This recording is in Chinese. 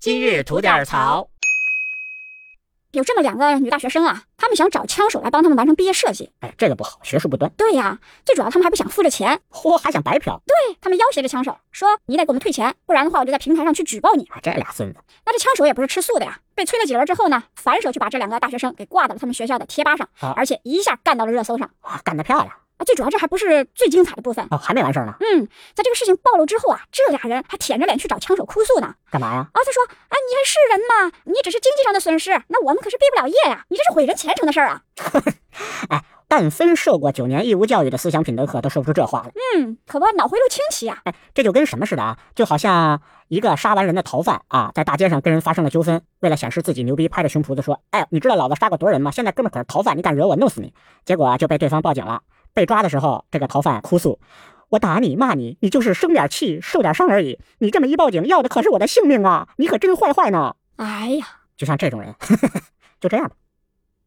今日吐点槽。有这么两个女大学生啊，她们想找枪手来帮她们完成毕业设计。哎，这个不好，学术不端。对呀、最主要她们还不想付这钱，嚯，还想白嫖？对，她们要挟着枪手说：“你得给我们退钱，不然的话我就在平台上去举报你。啊这俩孙子，”那这枪手也不是吃素的呀，被催了几轮之后呢，反手就把这两个大学生给挂到了他们学校的贴吧上啊，而且一下干到了热搜上。啊，干得漂亮！啊，最主要这还不是最精彩的部分。哦，还没完事儿呢，嗯，在这个事情暴露之后啊，这俩人还舔着脸去找枪手哭诉呢。干嘛呀？啊，他说：“啊，你还是人吗？你只是经济上的损失，那我们可是毕不了业呀、你这是毁人前程的事儿啊。”但凡受过九年义务教育的思想品德课，都说不出这话来。嗯，可不，脑回路清啊奇呀、这就跟什么似的啊？就好像一个杀完人的逃犯啊，在大街上跟人发生了纠纷，为了显示自己牛逼，拍着胸脯子说：“哎，你知道老子杀过多少人吗？现在哥们儿可是逃犯，你敢惹我，弄死你！”结果啊就被对方报警了。被抓的时候，这个逃犯哭诉：“我打你骂你，你就是生点气，受点伤而已。你这么一报警，要的可是我的性命啊！你可真坏坏呢哎呀，！” 就像这种人，就这样吧。